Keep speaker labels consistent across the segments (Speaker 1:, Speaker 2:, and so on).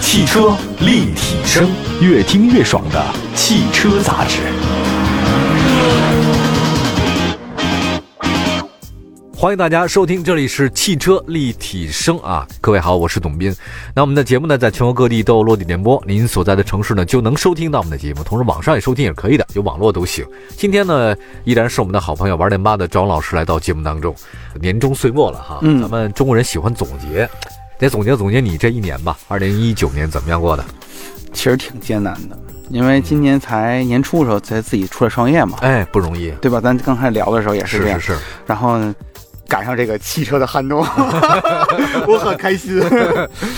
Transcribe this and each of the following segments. Speaker 1: 汽车立体声，越听越爽的汽车杂志。
Speaker 2: 欢迎大家收听，这里是汽车立体声啊！各位好，我是董斌。那我们的节目呢，在全国各地都有落地点播，您所在的城市呢就能收听到我们的节目，同时网上也收听也是可以的，有网络都行。今天呢，依然是我们的好朋友玩点吧的张老师来到节目当中。年终岁末了哈，
Speaker 3: 嗯
Speaker 2: 咱们中国人喜欢总结，得总结总结你这一年吧，二零一九年怎么样过的？
Speaker 3: 其实挺艰难的，因为今年才年初的时候才自己出来创业嘛，
Speaker 2: 哎，不容易，
Speaker 3: 对吧？咱刚才聊的时候也是这
Speaker 2: 是
Speaker 3: 样，
Speaker 2: 是。
Speaker 3: 然后赶上这个汽车的 寒冬，我很开心。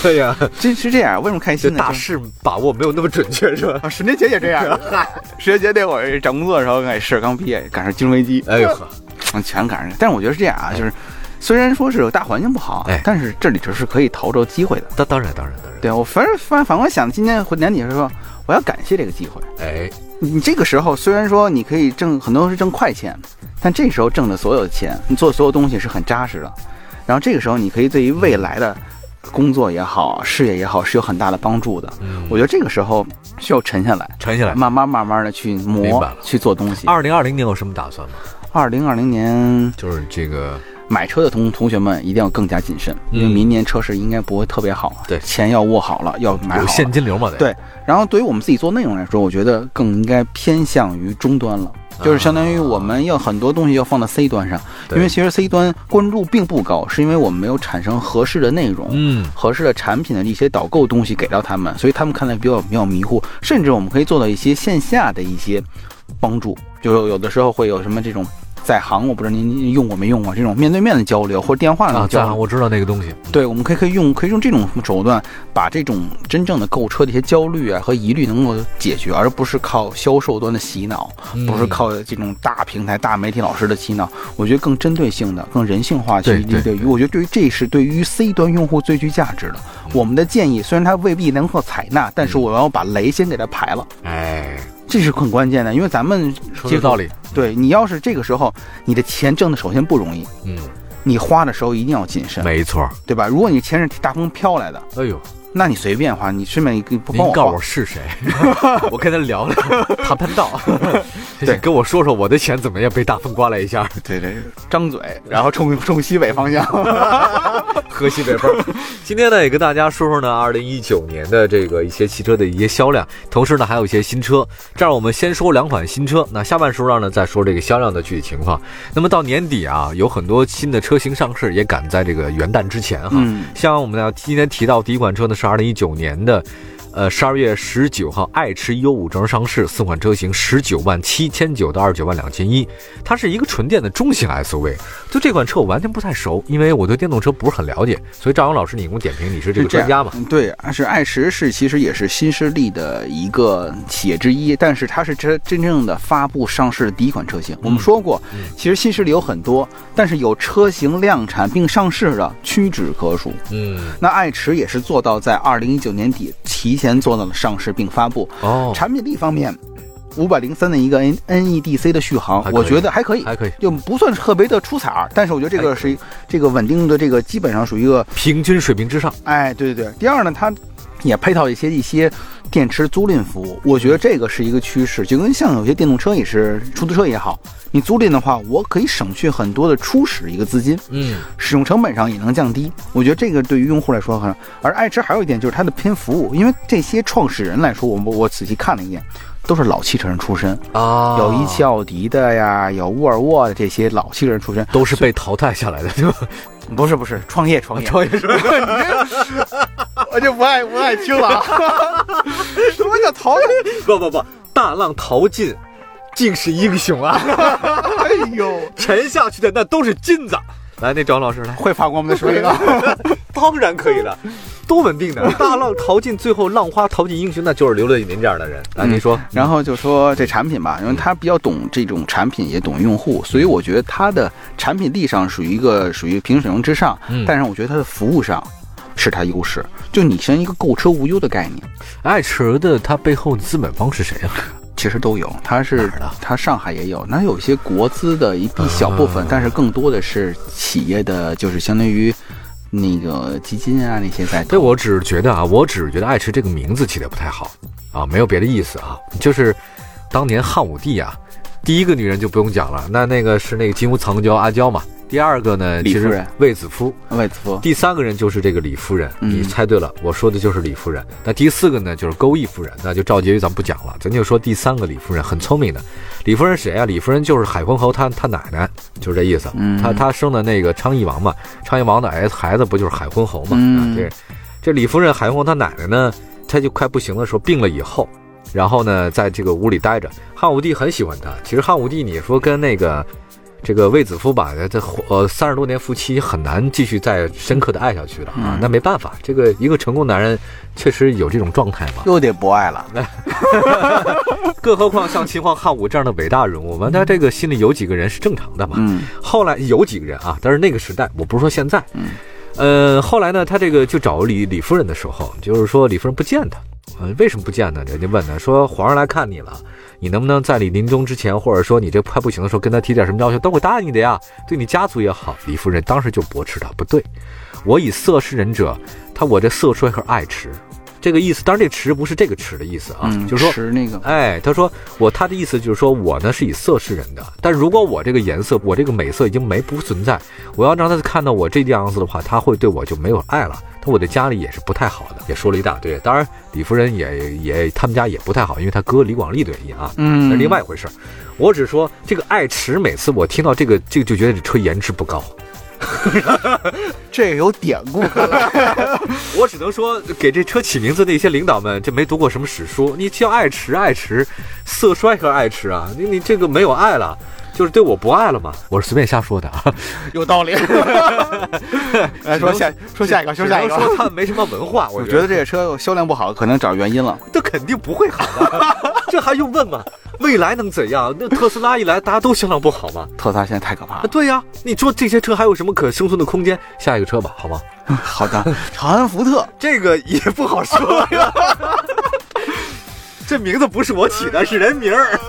Speaker 2: 对呀，
Speaker 3: 这是这样，为什么开
Speaker 2: 这
Speaker 3: 心呢？
Speaker 2: 大
Speaker 3: 就是
Speaker 2: 势把握没有那么准确是吧？
Speaker 3: 啊，沈杰杰也 这样。嗨，沈杰杰那会儿找工作的时候也是刚毕业，赶上金融危机，
Speaker 2: 哎呦呵，
Speaker 3: 嗯全赶上。但是我觉得是这样啊，就是虽然说是大环境不好
Speaker 2: 哎，
Speaker 3: 但是这里头是可以逃着机会的。
Speaker 2: 当当然当然当然，
Speaker 3: 对我反正反反过想，今年回年底的时候，我要感谢这个机会。
Speaker 2: 哎，
Speaker 3: 你这个时候虽然说你可以挣很多是挣快钱，但这时候挣的所有的钱，你做的所有东西是很扎实的。然后这个时候你可以对于未来的工作也好、事业也好是有很大的帮助的。
Speaker 2: 嗯
Speaker 3: 我觉得这个时候需要沉下来，
Speaker 2: 沉下来。
Speaker 3: 慢慢慢慢的去
Speaker 2: 明
Speaker 3: 磨
Speaker 2: 白了、
Speaker 3: 去做东西。
Speaker 2: 二零二零年有什么打算吗？
Speaker 3: 二零二零年
Speaker 2: 就是这个，
Speaker 3: 买车的同同学们一定要更加谨慎，因为
Speaker 2: 嗯
Speaker 3: 明年车市应该不会特别好。
Speaker 2: 对
Speaker 3: 钱要握好了，要买
Speaker 2: 有
Speaker 3: 好了。
Speaker 2: 现金流嘛？得
Speaker 3: 对然后对于我们自己做内容来说，我觉得更应该偏向于终端了，就是相当于我们要很多东西要放到 C 端上，因
Speaker 2: 啊对
Speaker 3: 为其实 C 端关注并不高，是因为我们没有产生合适的内容。
Speaker 2: 嗯，
Speaker 3: 合适的产品的一些导购东西给到他们，所以他们看来比较比较迷糊，甚至我们可以做到一些线下的一些帮助，就是有的时候会有什么这种在行，我不知道您您用过没用过这种面对面的交流或者电话上
Speaker 2: 啊，
Speaker 3: 的交
Speaker 2: 在
Speaker 3: 流，
Speaker 2: 行我知道那个东西，
Speaker 3: 对，我们可以可以用可以用这种手段，把这种真正的购车的一些焦虑啊和疑虑能够解决，而不是靠销售端的洗脑，
Speaker 2: 嗯
Speaker 3: 不是靠这种大平台、大媒体老师的洗脑。我觉得更针对性的、更人性化去
Speaker 2: 对对
Speaker 3: 应对于，我觉得对于这是对于 C 端用户最具价值的。我们的建议虽然它未必能够采纳，但是我要把雷先给它排了，
Speaker 2: 哎，
Speaker 3: 嗯这是很关键的，因为咱们
Speaker 2: 说
Speaker 3: 接
Speaker 2: 的
Speaker 3: 触
Speaker 2: 道。理，
Speaker 3: 对你要是这个时候，你的钱挣的首先不容易，
Speaker 2: 嗯，
Speaker 3: 你花的时候一定要谨慎。
Speaker 2: 没错。
Speaker 3: 对吧？如果你钱是大风飘来的，
Speaker 2: 哎呦，
Speaker 3: 那你随便花，你顺便你给不
Speaker 2: 您
Speaker 3: 帮我
Speaker 2: 告诉
Speaker 3: 花
Speaker 2: 我是谁，我跟他聊 聊，谈谈道，
Speaker 3: 对
Speaker 2: 跟我说说我的钱怎么样被大风刮了一下，
Speaker 3: 对对，张嘴，然后冲 冲西北方向。
Speaker 2: 喝西北风。今天呢，也跟大家说说呢，二零一九年的这个一些汽车的一些销量，同时呢，还有一些新车。这样我们先说两款新车，那下半时段呢，再说这个销量的具体情况。那么到年底啊，有很多新的车型上市，也赶在这个元旦之前哈。
Speaker 3: 嗯
Speaker 2: 像我们呢，今天提到第一款车呢，是二零一九年的。呃，十二月十九号，爱驰 U 五正式上市，四款车型十九万七千九到二十九万两千一，它是一个纯电的中型 SUV。就这款车我完全不太熟，因为我对电动车不是很了解，所以赵阳老师你给我点评，你是这个专家嘛？
Speaker 3: 嗯 对，是爱驰是其实也是新势力的一个企业之一，但是它是真真正的发布上市的第一款车型。我们说过，其实新势力有很多，但是有车型量产并上市的屈指可数。
Speaker 2: 嗯，
Speaker 3: 那爱驰也是做到在二零一九年底提前做到了上市并发布。
Speaker 2: 哦，
Speaker 3: 产品力方面，五百零三的一个 N NEDC 的续航
Speaker 2: 还可，以
Speaker 3: 我觉得还可以，
Speaker 2: 还可以，
Speaker 3: 就不算特别的出彩儿，但是我觉得这
Speaker 2: 还
Speaker 3: 个
Speaker 2: 可
Speaker 3: 是一这个稳定的这个基本上属于一个，
Speaker 2: 平均水平之上，
Speaker 3: 哎，对对对。第二呢，它也配套一些一些电池租赁服务，我觉得这个是一个趋势，就跟像有些电动车也是，出租车也好，你租赁的话，我可以省去很多的初始一个资金，
Speaker 2: 嗯，
Speaker 3: 使用成本上也能降低。我觉得这个对于用户来说很。而爱驰还有一点就是它的拼服务，因为这些创始人来说，我我仔细看了一眼，都是老汽车人出身，
Speaker 2: 啊，
Speaker 3: 有一汽奥迪的呀，有沃尔沃的这些老汽车人出身。
Speaker 2: 都是被淘汰下来的， 对吧？
Speaker 3: 不是不是，创业创业，
Speaker 2: 赵阳说，
Speaker 3: 我就不爱不爱听了。 什么叫淘汰？
Speaker 2: 不不不，大浪淘尽，尽是英雄啊，
Speaker 3: 哎呦，
Speaker 2: 沉下去的那都是金子。来，那赵老师来，
Speaker 3: 会发光我们的啊水了。
Speaker 2: 当然可以了， 多稳定的！大浪淘尽，最后浪花淘尽英雄，那就是刘乐您这样的人。来，您说，
Speaker 3: 嗯然后就说这产品吧，因为他比较懂这种产品，也懂用户，所以我觉得它的产品力上属于一个属于平水平之上，
Speaker 2: 嗯
Speaker 3: 但是我觉得它的服务上是它优势。就你像一个购车无忧的概念，
Speaker 2: 爱驰的它背后的资本方是谁啊？
Speaker 3: 其实都有，它是
Speaker 2: 哪儿的
Speaker 3: 它上海也有，那有一
Speaker 2: 啊
Speaker 3: 些国资的一一小部分，但是更多的是企业的，就是相当于那个基金啊那些在
Speaker 2: 对，
Speaker 3: 投。
Speaker 2: 我只是觉得啊，我只是觉得爱驰这个名字起的不太好啊，没有别的意思啊，就是当年汉武帝啊，第一个女人就不用讲了，那那个是那个金屋藏娇阿娇嘛，第二个呢，
Speaker 3: 李
Speaker 2: 其
Speaker 3: 夫
Speaker 2: 实
Speaker 3: 人
Speaker 2: 卫子夫，
Speaker 3: 卫子夫，
Speaker 2: 第三个人就是这个李夫人，
Speaker 3: 嗯
Speaker 2: 你猜对了，我说的就是李夫人。那第四个呢，就是勾弋夫人，那就赵婕妤咱不讲了，咱就说第三个李夫人很聪明的。李夫人谁啊？李夫人就是海昏侯他他奶奶，就是这意思。
Speaker 3: 嗯
Speaker 2: 他他生的那个昌邑王嘛，昌邑王的儿孩子不就是海昏侯嘛？
Speaker 3: 嗯
Speaker 2: 啊这这李夫人海昏侯他奶奶呢，她就快不行的时候病了以后。然后呢，在这个屋里待着，汉武帝很喜欢她。其实汉武帝，你说跟那个这个卫子夫吧，这呃三十多年夫妻很难继续再深刻的爱下去了啊。
Speaker 3: 嗯
Speaker 2: 那没办法，这个一个成功男人确实有这种状态嘛。
Speaker 3: 又得博爱了。
Speaker 2: 更何况像秦皇汉武这样的伟大人物嘛，他这个心里有几个人是正常的嘛。
Speaker 3: 嗯
Speaker 2: 后来有几个人啊，但是那个时代，我不是说现在，
Speaker 3: 嗯
Speaker 2: 呃，后来呢，他这个就找李李夫人的时候，就是说李夫人不见他，呃，为什么不见呢？人家问他说，皇上来看你了，你能不能在你临终之前，或者说你这快不行的时候，跟他提点什么要求，都会答应你的呀，对你家族也好。李夫人当时就驳斥他，不对，我以色侍人者，他我这色衰和爱弛，这个意思。当然，这弛不是这个弛的意思啊，
Speaker 3: 嗯，
Speaker 2: 就是说
Speaker 3: 吃那个，
Speaker 2: 哎，他说我他的意思就是说我呢是以色示人的，但如果我这个颜色，我这个美色已经没不存在，我要让他看到我这个样子的话，他会对我就没有爱了。他我的家里也是不太好的，也说了一大堆。当然，李夫人也也他们家也不太好，因为他哥李广利对一啊，那是
Speaker 3: 嗯，
Speaker 2: 另外一回事儿。我只说这个爱迟，每次我听到这个这个就觉得这车颜值不高。
Speaker 3: 这个有典故，
Speaker 2: 我只能说，给这车起名字的一些领导们，这没读过什么史书。你叫爱驰，爱驰，色衰和爱驰啊，你你这个没有爱了，就是对我不爱了嘛。我是随便瞎说的啊，
Speaker 3: 有 道理。来说下 说下一个，说下一
Speaker 2: 只能
Speaker 3: 个。
Speaker 2: 说他们没什么文 化，我
Speaker 3: 我
Speaker 2: 觉
Speaker 3: 觉
Speaker 2: 得
Speaker 3: 得这个车销量不好，可能找原因了。
Speaker 2: 这肯定不会好 的，这还用问吗？未来能怎样？那特斯拉一来，大家都销量不好吗？
Speaker 3: 特斯拉现在太可怕
Speaker 2: 啊，
Speaker 3: 了。
Speaker 2: 对呀、你说这些车还有什么可生存的空间？下一个车吧， 好吗？
Speaker 3: 好的，长安福特，
Speaker 2: 这个也不好说呀。 这名字不是我起的，是人名儿。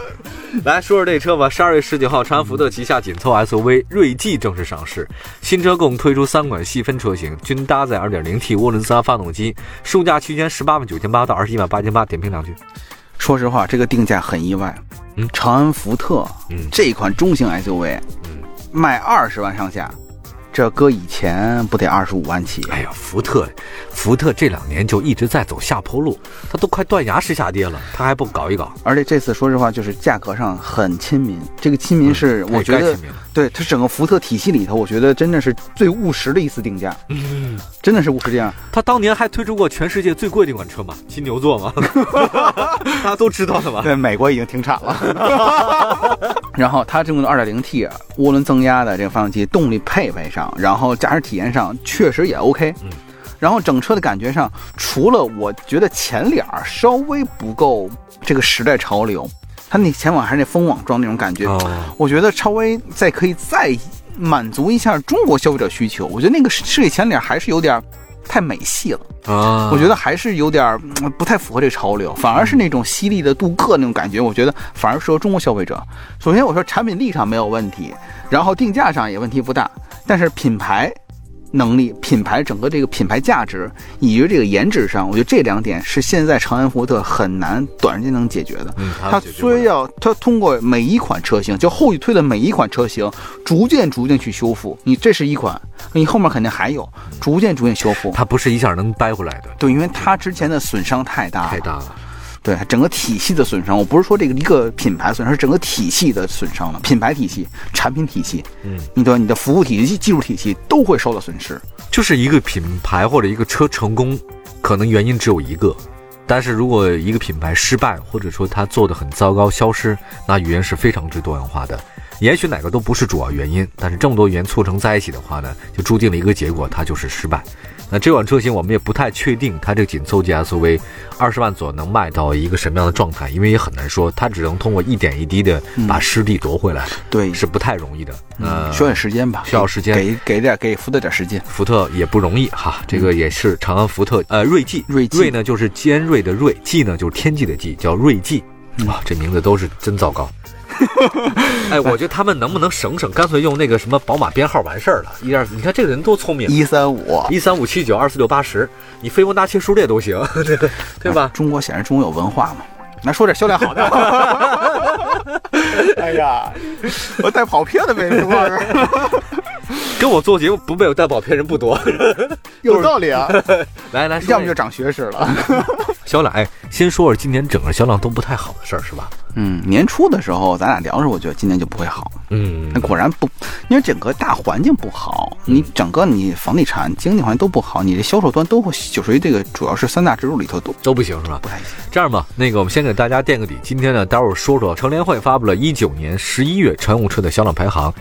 Speaker 2: 来说说这车吧，十二月十九号，长安福特旗下紧凑 SUV 锐际正式上市。新车共推出三款细分车型，均搭载 2.0T 涡轮增压发动机，售价区间十八万九千八到二十一万八千八。点评两句，
Speaker 3: 说实话，这个定价很意外。
Speaker 2: 嗯
Speaker 3: 长安福特，
Speaker 2: 嗯
Speaker 3: 这款中型 SUV，
Speaker 2: 嗯
Speaker 3: 卖二十万上下，这搁以前不得二十五万起？
Speaker 2: 哎呀，福特，福特这两年就一直在走下坡路，它都快断崖式下跌了，它还不搞一搞？
Speaker 3: 而且这次说实话，就是价格上很亲民。这个亲民是，
Speaker 2: 嗯
Speaker 3: 我觉
Speaker 2: 太
Speaker 3: 得
Speaker 2: 亲民了，
Speaker 3: 对它整个福特体系里头，我觉得真的是最务实的一次定价，
Speaker 2: 嗯。啊
Speaker 3: 真的是务实定价。
Speaker 2: 他当年还推出过全世界最贵的一款车嘛，金牛座 嘛，大家都知道的嘛。
Speaker 3: 对，美国已经停产了。 然后它这种 2.0T 涡轮增压的这个发动机，动力配备上，然后驾驶体验上确实也 OK。
Speaker 2: 嗯。
Speaker 3: 然后整车的感觉上，除了我觉得前脸儿稍微不够这个时代潮流，它那前网还是那风网装那种感觉，
Speaker 2: 哦，
Speaker 3: 我觉得稍微再可以再满足一下中国消费者需求。我觉得那个设计前脸还是有点儿太美系了。
Speaker 2: 啊
Speaker 3: 我觉得还是有点儿嗯不太符合这个潮流，反而是那种犀利的镀铬那种感觉，我觉得反而适合中国消费者。首先，我说产品力上没有问题，然后定价上也问题不大，但是品牌能力、品牌整个这个品牌价值以及这个颜值上，我觉得这两点是现在长安福特很难短时间能解决的。
Speaker 2: 嗯，
Speaker 3: 它虽要它通过每一款车型，就后续推的每一款车型，逐渐逐渐去修复。你这是一款，你后面肯定还有，逐渐逐渐修复。
Speaker 2: 他不是一下能掰回来的，
Speaker 3: 对，因为它之前的损伤太大了，
Speaker 2: 太大了。
Speaker 3: 对整个体系的损伤。我不是说这个一个品牌损伤，是整个体系的损伤了，品牌体系、产品体系，
Speaker 2: 嗯，
Speaker 3: 你的你的服务体系、技术体系都会受到损失。
Speaker 2: 就是一个品牌或者一个车成功，可能原因只有一个。但是如果一个品牌失败，或者说它做的很糟糕、消失，那原因是非常之多元化的。也许哪个都不是主要原因，但是这么多原因促成在一起的话呢，就注定了一个结果，它就是失败。那这款车型我们也不太确定，它这个紧凑级 SUV 二十万左右能卖到一个什么样的状态，因为也很难说，它只能通过一点一滴的把失地夺回来，
Speaker 3: 对，
Speaker 2: 是不太容易的。呃，
Speaker 3: 需要点时间吧，
Speaker 2: 需要时间
Speaker 3: 给给点给福特点时间。
Speaker 2: 福特也不容易哈，这个也是长安福特呃锐际，
Speaker 3: 嗯锐际
Speaker 2: 呢就是
Speaker 3: 嗯
Speaker 2: 尖锐的锐，际呢就是天际的际，叫锐际。哇，这名字都是真糟糕。哎，我觉得他们能不能省省，干脆用那个什么宝马编号完事儿了？一二，你看这个人多聪明，啊
Speaker 3: 一三五，
Speaker 2: 一三五七九二四六八十，你飞翁大切数列都行， 对吧对吧？
Speaker 3: 啊中国显然中国有文化嘛。来说点销量好 的。哎呀， 我带跑偏的没 说，
Speaker 2: 跟我做节目不被我带跑偏人不多。
Speaker 3: 有道理啊。
Speaker 2: 来来，说
Speaker 3: 要么
Speaker 2: 那
Speaker 3: 就
Speaker 2: 个
Speaker 3: 长学识了。
Speaker 2: 销量，哎，先说说今年整个销量都不太好的事儿是吧？
Speaker 3: 嗯，年初的时候咱俩聊的时候，我觉得今年就不会好。
Speaker 2: 嗯
Speaker 3: 那果然不，因为整个大环境不好，你整个你房地产、经济环境都不好，你这销售端都会就属于这个，主要是三大支柱里头都
Speaker 2: 都不行是吧？
Speaker 3: 不太行。
Speaker 2: 这样吧，那个我们先给大家垫个底。今天呢，待会儿说说乘联会发布了一九年十一月乘用车的销量排行，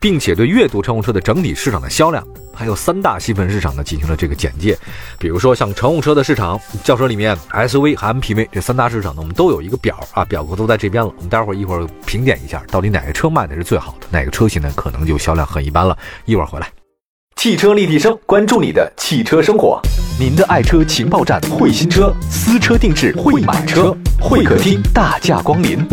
Speaker 2: 并且对阅读乘用车的整体市场的销量，还有三大细分市场呢进行了这个简介。比如说像乘用车的市场，轿车里面 SUV 和 MPV 这三大市场呢，我们都有一个表啊，表格都在这边了。我们待会儿一会儿评点一下，到底哪个车卖的是最好的，哪个车型呢可能就销量很一般了。一会儿回来。
Speaker 1: 汽车立体声，关注你的汽车生活。您的爱车情报站，会新车，私车定制，会买车，会客厅大驾光临，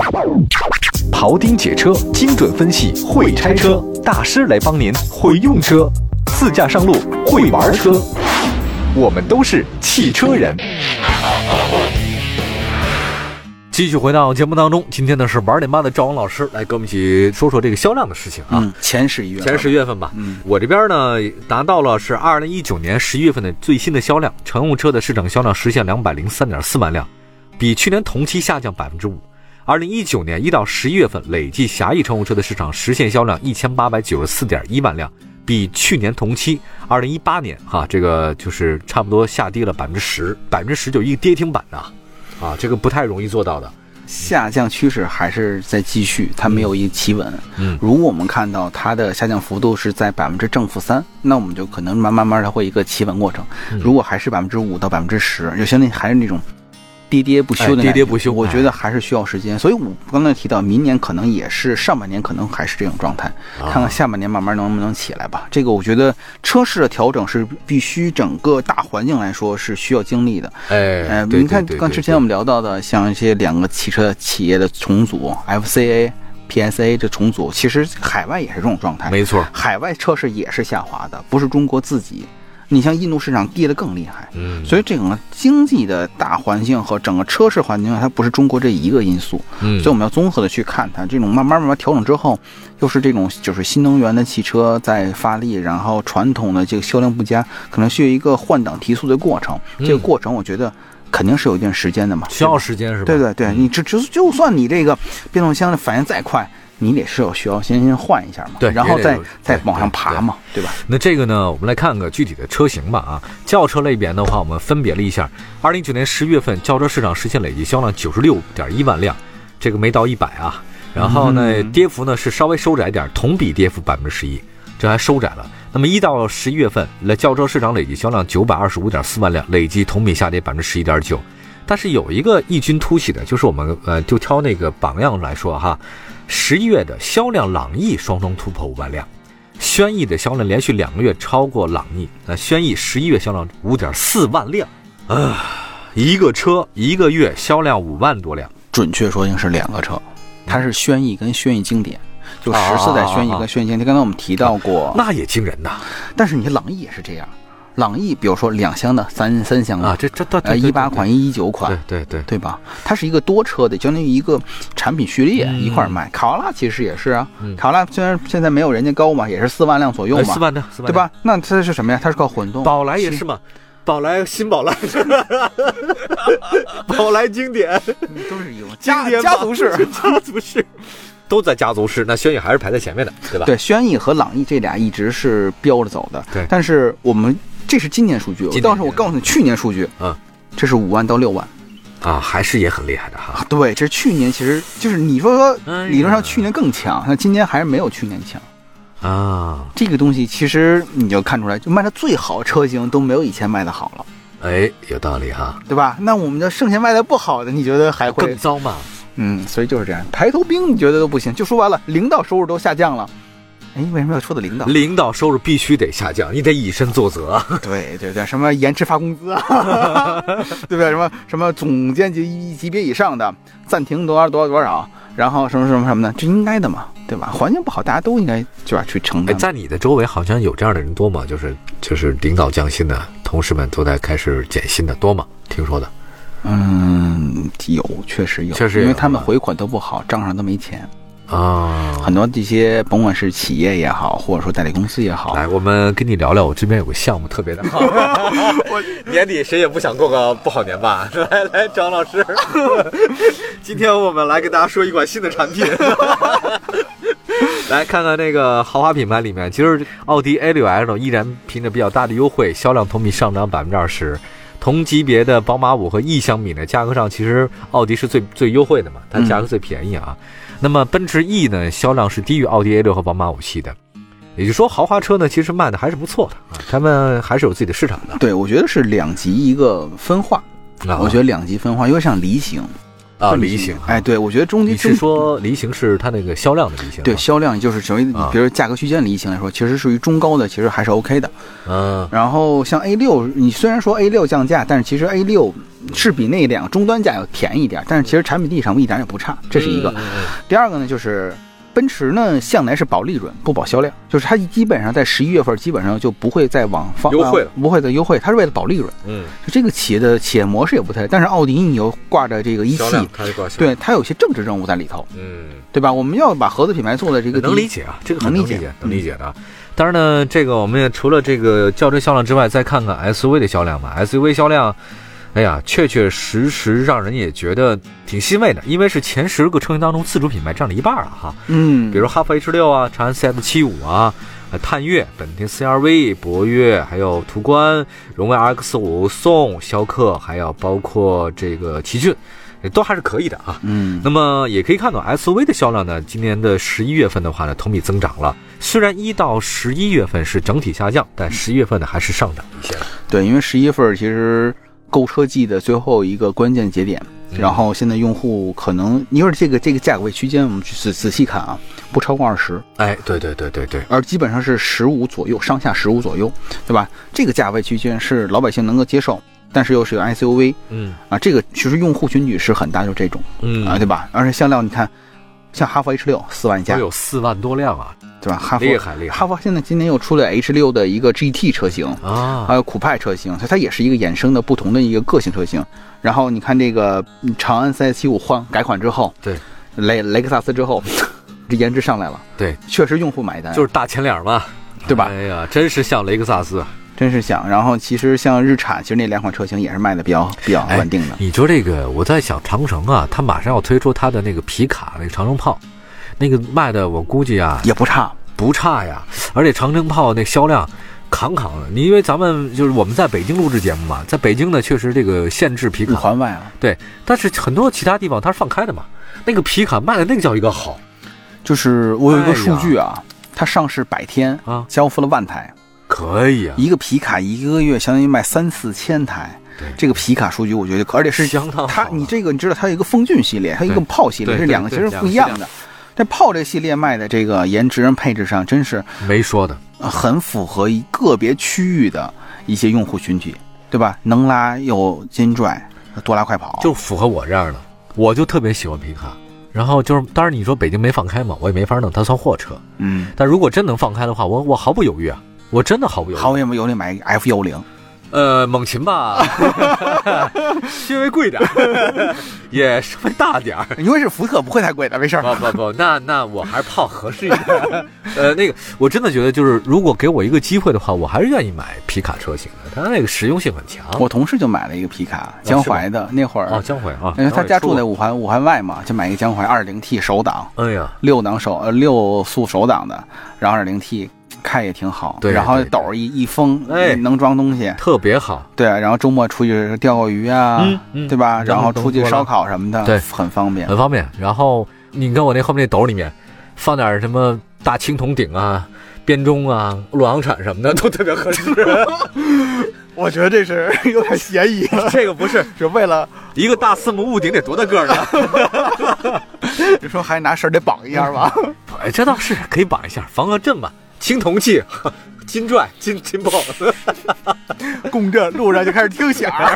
Speaker 1: 庖丁解车，精准分析，会拆车，大师来帮您，会用车，自驾上路，会玩车，我们都是汽车人。
Speaker 2: 继续回到节目当中，今天呢是玩点吧的赵王老师来跟我们一起说说这个销量的事情啊。
Speaker 3: 嗯，前十一月份，
Speaker 2: 前十月份吧，
Speaker 3: 嗯
Speaker 2: 我这边呢达到了是二零一九年十一月份的最新的销量，乘用车的市场销量实现两百零三点四万辆，比去年同期下降百分之五。二零一九年一到十一月份累计狭义乘用车的市场实现销量一千八百九十四点一万辆，比去年同期二零一八年哈这个就是差不多下跌了百分之十，百分之十就一个跌停板啊，啊这个不太容易做到的，
Speaker 3: 下降趋势还是在继续，它没有一企稳。
Speaker 2: 嗯
Speaker 3: 如果我们看到它的下降幅度是在百分之正负三，那我们就可能慢慢慢地它会有一个企稳过程。
Speaker 2: 嗯
Speaker 3: 如果还是百分之五到百分之十，就相当于还是那种跌跌不休
Speaker 2: 哎
Speaker 3: 的、
Speaker 2: 跌跌不休
Speaker 3: 我觉得还是需要时间。所以我刚才提到，明年可能也是上半年可能还是这种状态，
Speaker 2: 啊
Speaker 3: 看看下半年慢慢能不能起来吧。这个我觉得车市的调整是必须整个大环境来说是需要经历的。
Speaker 2: 哎
Speaker 3: 呃，，
Speaker 2: 对
Speaker 3: 您看，
Speaker 2: 对对
Speaker 3: 刚
Speaker 2: 对
Speaker 3: 之前我们聊到的，像一些两个汽车企业的重组，FCA、PSA 这重组，其实海外也是这种状态。
Speaker 2: 没错，
Speaker 3: 海外车市也是下滑的，不是中国自己。你像印度市场跌得更厉害，
Speaker 2: 嗯，
Speaker 3: 所以整个经济的大环境和整个车市环境，它不是中国这一个因素，
Speaker 2: 嗯
Speaker 3: 所以我们要综合的去看它。这种慢慢慢慢调整之后，又是这种就是新能源的汽车在发力，然后传统的这个销量不佳，可能需要一个换挡提速的过程。这个过程我觉得肯嗯定是嗯有一定时间的嘛，
Speaker 2: 需要时间是吧？
Speaker 3: 对对对，你只只就算你这个变速箱的反应再快，你得是有需要先先换一下嘛，
Speaker 2: 对
Speaker 3: 然后
Speaker 2: 也得
Speaker 3: 再
Speaker 2: 有
Speaker 3: 再
Speaker 2: 对
Speaker 3: 往上
Speaker 2: 对
Speaker 3: 爬
Speaker 2: 对
Speaker 3: 嘛，对吧？
Speaker 2: 那这个呢，我们来看个具体的车型吧啊。轿车类别的话，我们分别了一下，二零一九年十月份轿车市场实现累计销量九十六点一万辆，这个没到一百啊。然后呢，跌幅呢是稍微收窄点，同比跌幅百分之十一，这还收窄了。那么一到十一月份，那轿车市场累计销量九百二十五点四万辆，累计同比下跌百分之十一点九。但是有一个异军突起的，就是我们呃，就挑那个榜样来说哈，十一月的销量朗逸双双突破五万辆，轩逸的销量连续两个月超过朗逸，那轩逸十一月销量五点四万辆，啊，一个车一个月销量五万多辆，
Speaker 3: 准确说应该是两个车，它是轩逸跟轩逸经典，就
Speaker 2: 啊
Speaker 3: 十四代轩逸
Speaker 2: 啊啊
Speaker 3: 跟轩逸经典。刚才我们提到过，
Speaker 2: 那也惊人呐！
Speaker 3: 但是你朗逸也是这样，朗逸比如说两厢的、三三厢的
Speaker 2: 啊，，这这这
Speaker 3: 呃，一八款、，一九款
Speaker 2: 对。对对，
Speaker 3: 对吧？它是一个多车的，相当于一个产品序列一块儿卖。卡罗拉其实也是啊，卡罗拉虽然现在没有人家高嘛，也是四万辆左右嘛，
Speaker 2: 嗯哎四万辆，四万
Speaker 3: 对？吧？那它是什么呀？它是靠混动。
Speaker 2: 宝来也是嘛，宝来新宝 来，宝来经典。
Speaker 3: 都是有
Speaker 2: 经
Speaker 3: 家
Speaker 2: 典
Speaker 3: 家 族式。
Speaker 2: 家族式都在家族式，那轩逸还是排在前面的，对吧？
Speaker 3: 对，轩逸和朗逸这俩一直是标着走的。
Speaker 2: 对
Speaker 3: 但是我们这是今年数据，
Speaker 2: 今年
Speaker 3: 但是我告诉你，去年数据，
Speaker 2: 嗯，
Speaker 3: 这是五万到六万。
Speaker 2: 啊，还是也很厉害的哈。
Speaker 3: 对，这是去年其实就是你说
Speaker 2: 哎
Speaker 3: 说，
Speaker 2: 呀
Speaker 3: 理论上去年更强，那今年还是没有去年强。
Speaker 2: 啊，
Speaker 3: 这个东西其实你就看出来，就卖的最好的车型都没有以前卖的好了，
Speaker 2: 哎，有道理哈。
Speaker 3: 对吧？那我们的剩下卖的不好的，你觉得还
Speaker 2: 更
Speaker 3: 会？
Speaker 2: 糟嘛？
Speaker 3: 嗯，所以就是这样，抬头兵你觉得都不行，就说白了，领导收入都下降了。哎，为什么要说的领导？
Speaker 2: 领导收入必须得下降，你得以身作则。
Speaker 3: 对对对，什么延迟发工资 啊，对不对？什么什么总监级一级别以上的暂停多少多少多少，然后什么什么什么的，这应该的嘛，对吧？环境不好，大家都应该对吧去承
Speaker 2: 哎，
Speaker 3: 担。
Speaker 2: 在你的周围好像有这样的人多吗？就是就是领导降薪的，同事们都在开始减薪的多吗？听说的，
Speaker 3: 嗯，有，确实有，
Speaker 2: 确实有
Speaker 3: 因为他们回款都不好，账上都没钱。
Speaker 2: 啊。
Speaker 3: 很多这些，甭管是企业也好，或者说代理公司也好，
Speaker 2: 来，我们跟你聊聊，我这边有个项目特别 的好。年底谁也不想过个不好年吧？ 来来，张老师， 今天我们来跟大家说一款新的产品。来看看这个豪华品牌里面，其实奥迪 A6L 依然凭着比较大的优惠，销量同比上涨百分之二十。同级别的宝马五和 E 相比呢，价格上其实奥迪是最最优惠的嘛，它价格最便宜啊。
Speaker 3: 嗯
Speaker 2: 那么奔驰 E 呢，销量是低于奥迪 A6 和宝马五系的。也就是说，豪华车呢，其实卖的还是不错的啊，他们还是有自己的市场的。
Speaker 3: 对我觉得是两极一个分化。
Speaker 2: 啊
Speaker 3: 我觉得两极分化，有点像梨形
Speaker 2: 啊，
Speaker 3: 分
Speaker 2: 理想，
Speaker 3: 哎，对我觉得中
Speaker 2: 你
Speaker 3: 间
Speaker 2: 是
Speaker 3: 中
Speaker 2: 说梨形是它那个销量的啊梨形吗？
Speaker 3: 对销量就是属于，
Speaker 2: 啊
Speaker 3: 比如价格区间梨形来说，其实属于中高的，其实还是 OK 的。
Speaker 2: 嗯，
Speaker 3: 然后像 A 六，你虽然说 A 六降价，但是其实 A 六是比那两个终端价要便宜一点，但是其实产品力上一点也不差，这是一
Speaker 2: 嗯
Speaker 3: 个。第二个呢，就是奔驰呢向来是保利润不保销量，就是它基本上在十一月份基本上就不会再往方
Speaker 2: 优惠了
Speaker 3: 呃不会再优惠，它是为了保利润。
Speaker 2: 嗯，
Speaker 3: 就这个企业的企业模式也不太，但是奥迪你又挂着这个一
Speaker 2: 销量
Speaker 3: 汽，
Speaker 2: 它是多少？，
Speaker 3: 对它有些政治任务在里头，
Speaker 2: 嗯，
Speaker 3: 对吧？我们要把合资品牌做的这个
Speaker 2: 能理
Speaker 3: 解，
Speaker 2: 解啊，这个很
Speaker 3: 能
Speaker 2: 能
Speaker 3: 理
Speaker 2: 理
Speaker 3: 解嗯
Speaker 2: 解，能理解的啊。当然呢，这个我们也除了这个轿车销量之外，再看看 SUV 的销量吧。SUV 销量，哎呀，确确实实让人也觉得挺欣慰的，因为是前十个车型当中自主品牌占了一半了啊哈。
Speaker 3: 嗯，
Speaker 2: 比如哈弗 H 六啊、长安 CS 七五啊、呃探岳、本田 CRV、博越，还有途观、荣威 RX 五、宋、逍客，还有包括这个奇骏，也都还是可以的啊。
Speaker 3: 嗯，
Speaker 2: 那么也可以看到 SUV 的销量呢，今年的十一月份的话呢，同比增长了。虽然一到十一月份是整体下降，但十一月份呢还是上涨一些的。
Speaker 3: 对，因为十一份儿其实购车季的最后一个关键节点，
Speaker 2: 嗯
Speaker 3: 然后现在用户可能一会儿这个这个价格位区间，我们去仔仔细看啊，不超过二十，
Speaker 2: 哎，对对对对对，
Speaker 3: 而基本上是十五左右，上下十五左右，对吧？这个价位区间是老百姓能够接受，但是又是有 SUV
Speaker 2: 嗯
Speaker 3: 啊，这个其实用户群体是很大，就这种
Speaker 2: 嗯
Speaker 3: 啊，对吧？而且销量你看，像哈弗 H 六四万
Speaker 2: 都
Speaker 3: 加，
Speaker 2: 有四万多辆啊，
Speaker 3: 对吧？哈弗
Speaker 2: 哎厉害厉害
Speaker 3: 哈弗现在今年又出了 H 六的一个 GT 车型，
Speaker 2: 啊！
Speaker 3: 还有酷派车型，所以它也是一个衍生的不同的一个个性车型。然后你看这个嗯长安 CS75 换改款之后，
Speaker 2: 对，
Speaker 3: 雷雷克萨斯之后，这颜值上来了，
Speaker 2: 对，
Speaker 3: 确实用户买单，
Speaker 2: 就是是大前脸嘛，
Speaker 3: 对吧？
Speaker 2: 哎呀，真是像雷克萨斯啊。
Speaker 3: 真是想。然后其实像日产，其实那两款车型也是卖的比较比较
Speaker 2: 哎
Speaker 3: 稳定的。
Speaker 2: 你说这个，我在想长城啊，它马上要推出它的那个皮卡，那个长城炮，那个卖的我估计啊
Speaker 3: 也不差，
Speaker 2: 不差呀，而且长城炮那销量扛扛的。你因为咱们就是我们在北京录制节目嘛，在北京呢确实这个限制皮卡，
Speaker 3: 五环外啊，
Speaker 2: 对，但是很多其他地方它是放开的嘛，那个皮卡卖的那个叫一个好
Speaker 3: 就是我有一
Speaker 2: 哎
Speaker 3: 个
Speaker 2: 呀
Speaker 3: 数据啊，它上市百天
Speaker 2: 啊，
Speaker 3: 交付了万台，
Speaker 2: 可以啊，
Speaker 3: 一个皮卡一个月相当于卖三四千台
Speaker 2: 对。
Speaker 3: 这个皮卡数据我觉得可，而且是
Speaker 2: 相当好
Speaker 3: 它
Speaker 2: 了，
Speaker 3: 你这个你知道它有一个风骏系列，还有一个
Speaker 2: 对
Speaker 3: 炮系列，
Speaker 2: 对
Speaker 3: 这
Speaker 2: 对
Speaker 3: 两个其
Speaker 2: 对
Speaker 3: 实
Speaker 2: 两
Speaker 3: 不
Speaker 2: 个
Speaker 3: 一
Speaker 2: 系
Speaker 3: 样
Speaker 2: 列
Speaker 3: 的。这炮这系列卖的这个颜值配置上，真是
Speaker 2: 没说的，
Speaker 3: 呃很符合一个别区域的一些用户群体，对吧？能拉又金拽，多拉快跑，
Speaker 2: 就符合我这样的，我就特别喜欢皮卡。然后就是，当然你说北京没放开嘛，我也没法弄，它算货车。
Speaker 3: 嗯，
Speaker 2: 但如果真能放开的话，我我毫不犹豫啊，我真的毫不犹豫。
Speaker 3: 毫无有没有得买 F 幺零，
Speaker 2: 呃，猛禽吧， 稍微贵点儿， 也稍微大点儿。
Speaker 3: 因为是福特，不会太贵的，没事 儿。
Speaker 2: 不不不，那那我还是泡合适一点。 呃，那个我真的觉得，就是如果给我一个机会的话，我还是愿意买皮卡车型的，它那个实用性很强。
Speaker 3: 我同事就买了一个皮卡，江淮的那会
Speaker 2: 哦，
Speaker 3: 儿，
Speaker 2: 江淮啊，
Speaker 3: 因为他
Speaker 2: 江
Speaker 3: 家住
Speaker 2: 淮
Speaker 3: 在
Speaker 2: 出
Speaker 3: 五环五环外嘛，就买一个江淮二零 T 手挡，
Speaker 2: 过。哎呀，
Speaker 3: 六档手呃六速手挡的，然后二零 T 开也挺好，
Speaker 2: 对
Speaker 3: 然后
Speaker 2: 对对
Speaker 3: 斗儿一一封，
Speaker 2: 哎
Speaker 3: 能装东西，
Speaker 2: 特别好。
Speaker 3: 对，然后周末出去钓个鱼啊，
Speaker 2: 嗯嗯
Speaker 3: 对吧？
Speaker 2: 然
Speaker 3: 然
Speaker 2: 后
Speaker 3: 后出去
Speaker 2: 多了
Speaker 3: 烧烤什么的，
Speaker 2: 对呃
Speaker 3: 很方便。
Speaker 2: 很方便。然后你看我那后面那斗里面放点什么大青铜鼎啊、 编钟啊、洛阳铲什么的，都特别合适。
Speaker 3: 我觉得这是 有点嫌疑了，
Speaker 2: 这个不是
Speaker 3: 是为了
Speaker 2: 一个大四目雾鼎得多大个儿呢？
Speaker 3: 你说 还拿绳得绑一下吧？
Speaker 2: 哎，这倒是可以绑一下，防个震嘛。青铜器， 金拽、金金豹，
Speaker 3: 共振，路上就开始听响儿。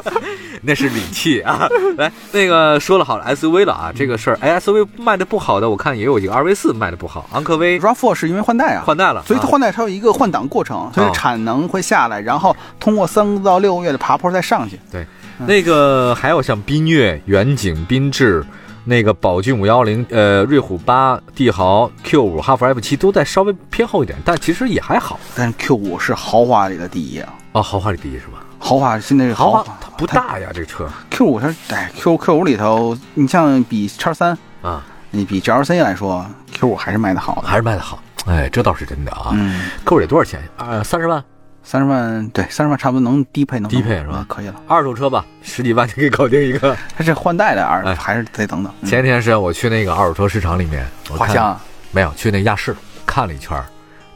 Speaker 2: 那是礼器啊。来，那个说了好了 SUV 了啊，这个事儿，哎，SUV 卖的不好的，我看也有一个 RV 四卖的不好，昂科威
Speaker 3: RAV4 是因为换代啊，
Speaker 2: 换代了，
Speaker 3: 所以它
Speaker 2: 啊哦
Speaker 3: 换代它有一个换挡过程，所以产能会下来，然后通过三到六个月的爬坡再上去。
Speaker 2: 对，那个还有像缤越、远景、缤智，那个宝骏五幺零、呃瑞虎八、帝豪 Q 五、哈弗 F 七都在稍微偏后一点，但其实也还好
Speaker 3: 但是 Q 五是豪华里的第一啊，
Speaker 2: 哦，豪华是第一是吧？
Speaker 3: 豪华现在是
Speaker 2: 豪
Speaker 3: 华
Speaker 2: 华它不大呀，这个车
Speaker 3: Q 五它哎 Q Q 五里头，你像比叉三，
Speaker 2: 啊，
Speaker 3: 你比 GLC 来说，Q 五还是卖的好的。
Speaker 2: 还是卖的好。哎，这倒是真的啊。
Speaker 3: 嗯，
Speaker 2: 扣得多少钱？呃，三十万，
Speaker 3: 三十万对三十万差不多能低配能
Speaker 2: 低配是吧
Speaker 3: 嗯可以了，
Speaker 2: 二手车吧，十几万就可以搞定一个。
Speaker 3: 它这换代的
Speaker 2: 哎
Speaker 3: 而还是得等等。啊嗯
Speaker 2: 前天时间我去那个二手车市场里面，我
Speaker 3: 华
Speaker 2: 看
Speaker 3: 夏
Speaker 2: 没有去那亚市看了一圈儿，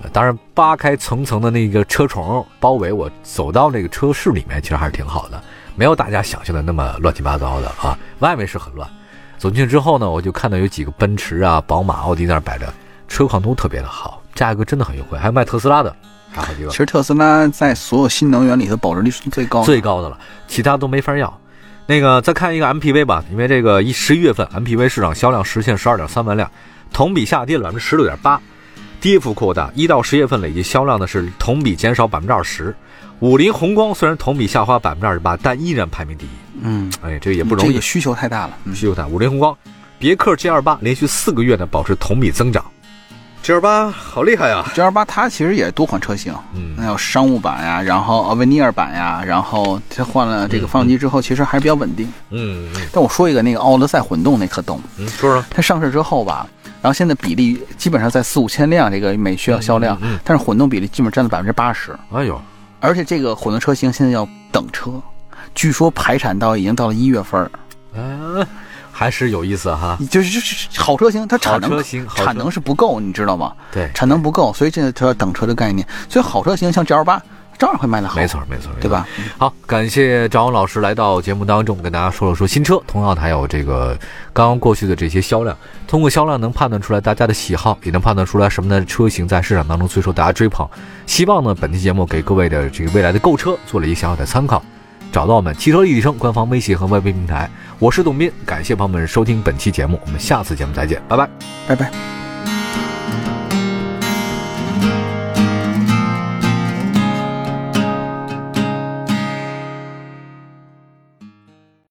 Speaker 2: 呃当然扒开层层的那个车床包围，我走到那个车室里面，其实还是挺好的，没有大家想象的那么乱七八糟的啊。外面是很乱，走进去之后呢，我就看到有几个奔驰啊、宝马、奥迪在那儿摆着，车况都特别的好，价格真的很优惠，还有卖特斯拉的，还有好几个
Speaker 3: 其实特斯拉在所有新能源里头保值率是最高的，
Speaker 2: 最高的了，其他都没法要。那个再看一个 MPV 吧，因为这个一十一月份 MPV 市场销量实现十二点三万辆，同比下跌了百分之十六点八，跌幅扩大。一到十月份累计销量呢是同比减少百分之二十。五菱宏光虽然同比下滑百分之二十八，但依然排名第一。
Speaker 3: 嗯，
Speaker 2: 哎，这也不容
Speaker 3: 这
Speaker 2: 易
Speaker 3: 个。需求太大了。嗯
Speaker 2: 需求它，五菱宏光、别克 GL 八连续四个月呢保持同比增长。GL 八好厉害啊呀！
Speaker 3: G L 八它其实也多款车型，
Speaker 2: 嗯
Speaker 3: 那有商务版呀，然后呃维尼尔版呀，然后它换了这个发动机之后，其实还是比较稳定。
Speaker 2: 嗯嗯
Speaker 3: 但我说一个那个奥德赛混动那可动，
Speaker 2: 嗯，说说
Speaker 3: 它上市之后吧，然后现在比例基本上在四五千辆这个每需要销量，
Speaker 2: 嗯
Speaker 3: 但是混动比例基本占了百分之八十，
Speaker 2: 哎呦，
Speaker 3: 而且这个混动车型现在要等车，据说排产到已经到了一月份儿，
Speaker 2: 嗯、还是有意思哈。
Speaker 3: 就是就是好车型它产能
Speaker 2: 好车型好车
Speaker 3: 产能是不够，你知道吗？
Speaker 2: 对，
Speaker 3: 产能不够，所以这它要等车的概念，所以好车型像 GL 八照样会卖得好，
Speaker 2: 没错，没错，没错
Speaker 3: 对？吧？
Speaker 2: 好，感谢张勇老师来到节目当中，跟大家说了说新车，同样的还有这个刚刚过去的这些销量，通过销量能判断出来大家的喜好，也能判断出来什么样的车型在市场当中最受大家追捧。希望呢，本期节目给各位的这个未来的购车做了一个小小的参考。找到我们汽车立体声官方微信和外微平台，我是董斌，感谢朋友们收听本期节目，我们下次节目再见，拜拜。
Speaker 3: 拜拜。